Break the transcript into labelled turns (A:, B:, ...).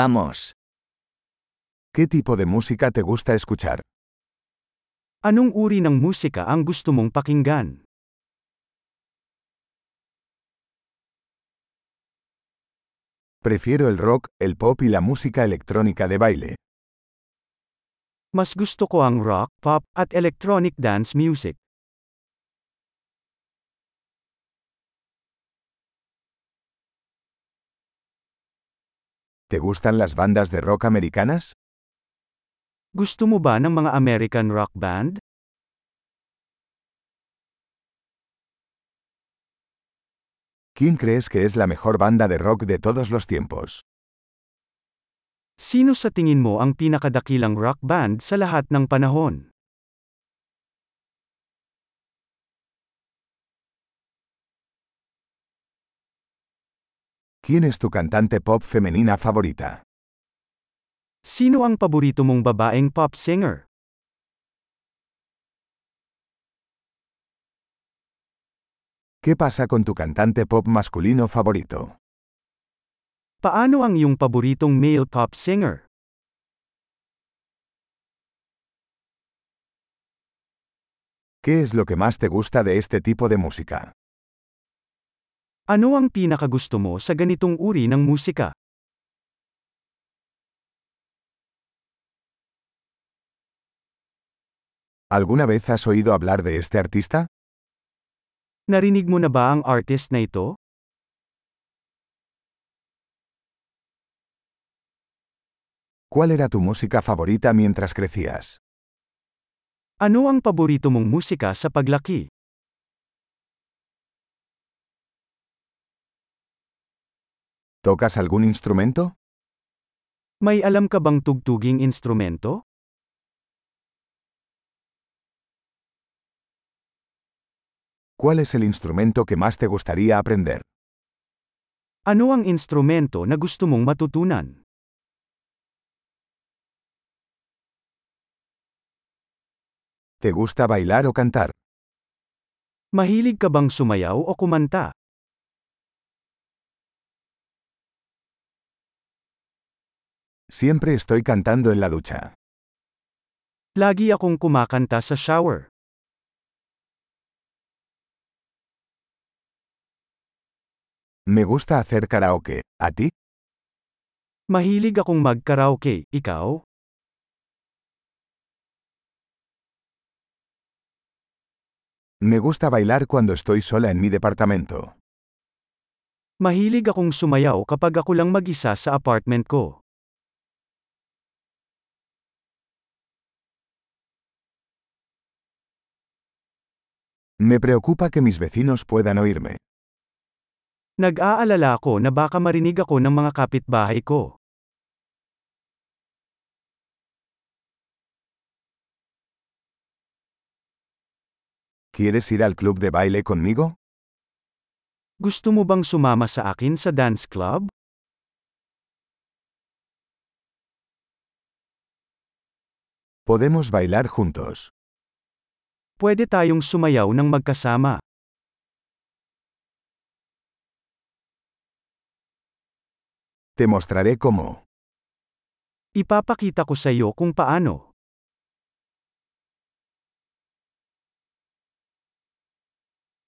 A: Vamos.
B: ¿Qué tipo de música te gusta escuchar?
C: Anong uri ng musika ang gusto mong pakinggan?
B: Prefiero el rock, el pop y la música electrónica de baile.
C: Mas gusto ko ang rock, pop, at electronic dance music.
B: ¿Te gustan las bandas de rock americanas?
C: Gusto mo ba ng mga American rock band?
B: ¿Quién crees que es la mejor banda de rock de todos los tiempos?
C: Sino sa tingin mo ang pinakadakilang rock band sa lahat ng panahon?
B: ¿Quién es tu cantante pop femenina favorita?
C: Sino ang paborito mong babaeng pop singer?
B: ¿Qué pasa con tu cantante pop masculino favorito?
C: Paano ang iyong paboritong male pop singer?
B: ¿Qué es lo que más te gusta de este tipo de música?
C: Ano ang pinakagusto mo sa ganitong uri ng musika?
B: ¿Alguna vez has oído hablar de este artista?
C: Narinig mo na ba ang artist na ito?
B: ¿Cuál era tu música favorita mientras crecías?
C: Ano ang paborito mong musika sa paglaki?
B: ¿Tocas algún instrumento?
C: May alam ka bang tugtuging instrumento?
B: ¿Cuál es el instrumento que más te gustaría aprender?
C: Ano ang instrumento na gusto mong matutunan?
B: ¿Te gusta bailar o cantar?
C: Mahilig ka bang sumayaw o kumanta?
B: Siempre estoy cantando en la ducha.
C: Lagi akong kumakanta sa shower.
B: Me gusta hacer karaoke. ¿A ti?
C: Mahilig akong mag-karaoke, ikaw?
B: Me gusta bailar cuando estoy sola en mi departamento.
C: Mahilig akong sumayaw kapag ako lang mag-isa sa apartment ko.
B: Me preocupa que mis vecinos puedan oírme.
C: Nag-aalala ako na baka marinig ako ng mga kapitbahay ko.
B: ¿Quieres ir al club de baile conmigo?
C: Gusto mo bang sumama sa akin sa dance club?
B: Podemos bailar juntos.
C: Pwede tayong sumayaw ng magkasama.
B: Te mostraré cómo.
C: Ipapakita ko sa iyo kung paano.